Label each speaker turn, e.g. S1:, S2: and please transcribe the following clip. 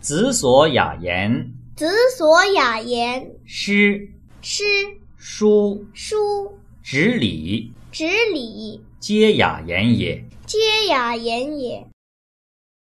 S1: 子所雅言，
S2: 子所雅言，
S1: 诗、
S2: 诗、
S1: 书、
S2: 书、
S1: 执礼，
S2: 执礼，
S1: 皆雅言也。
S2: 皆雅言也。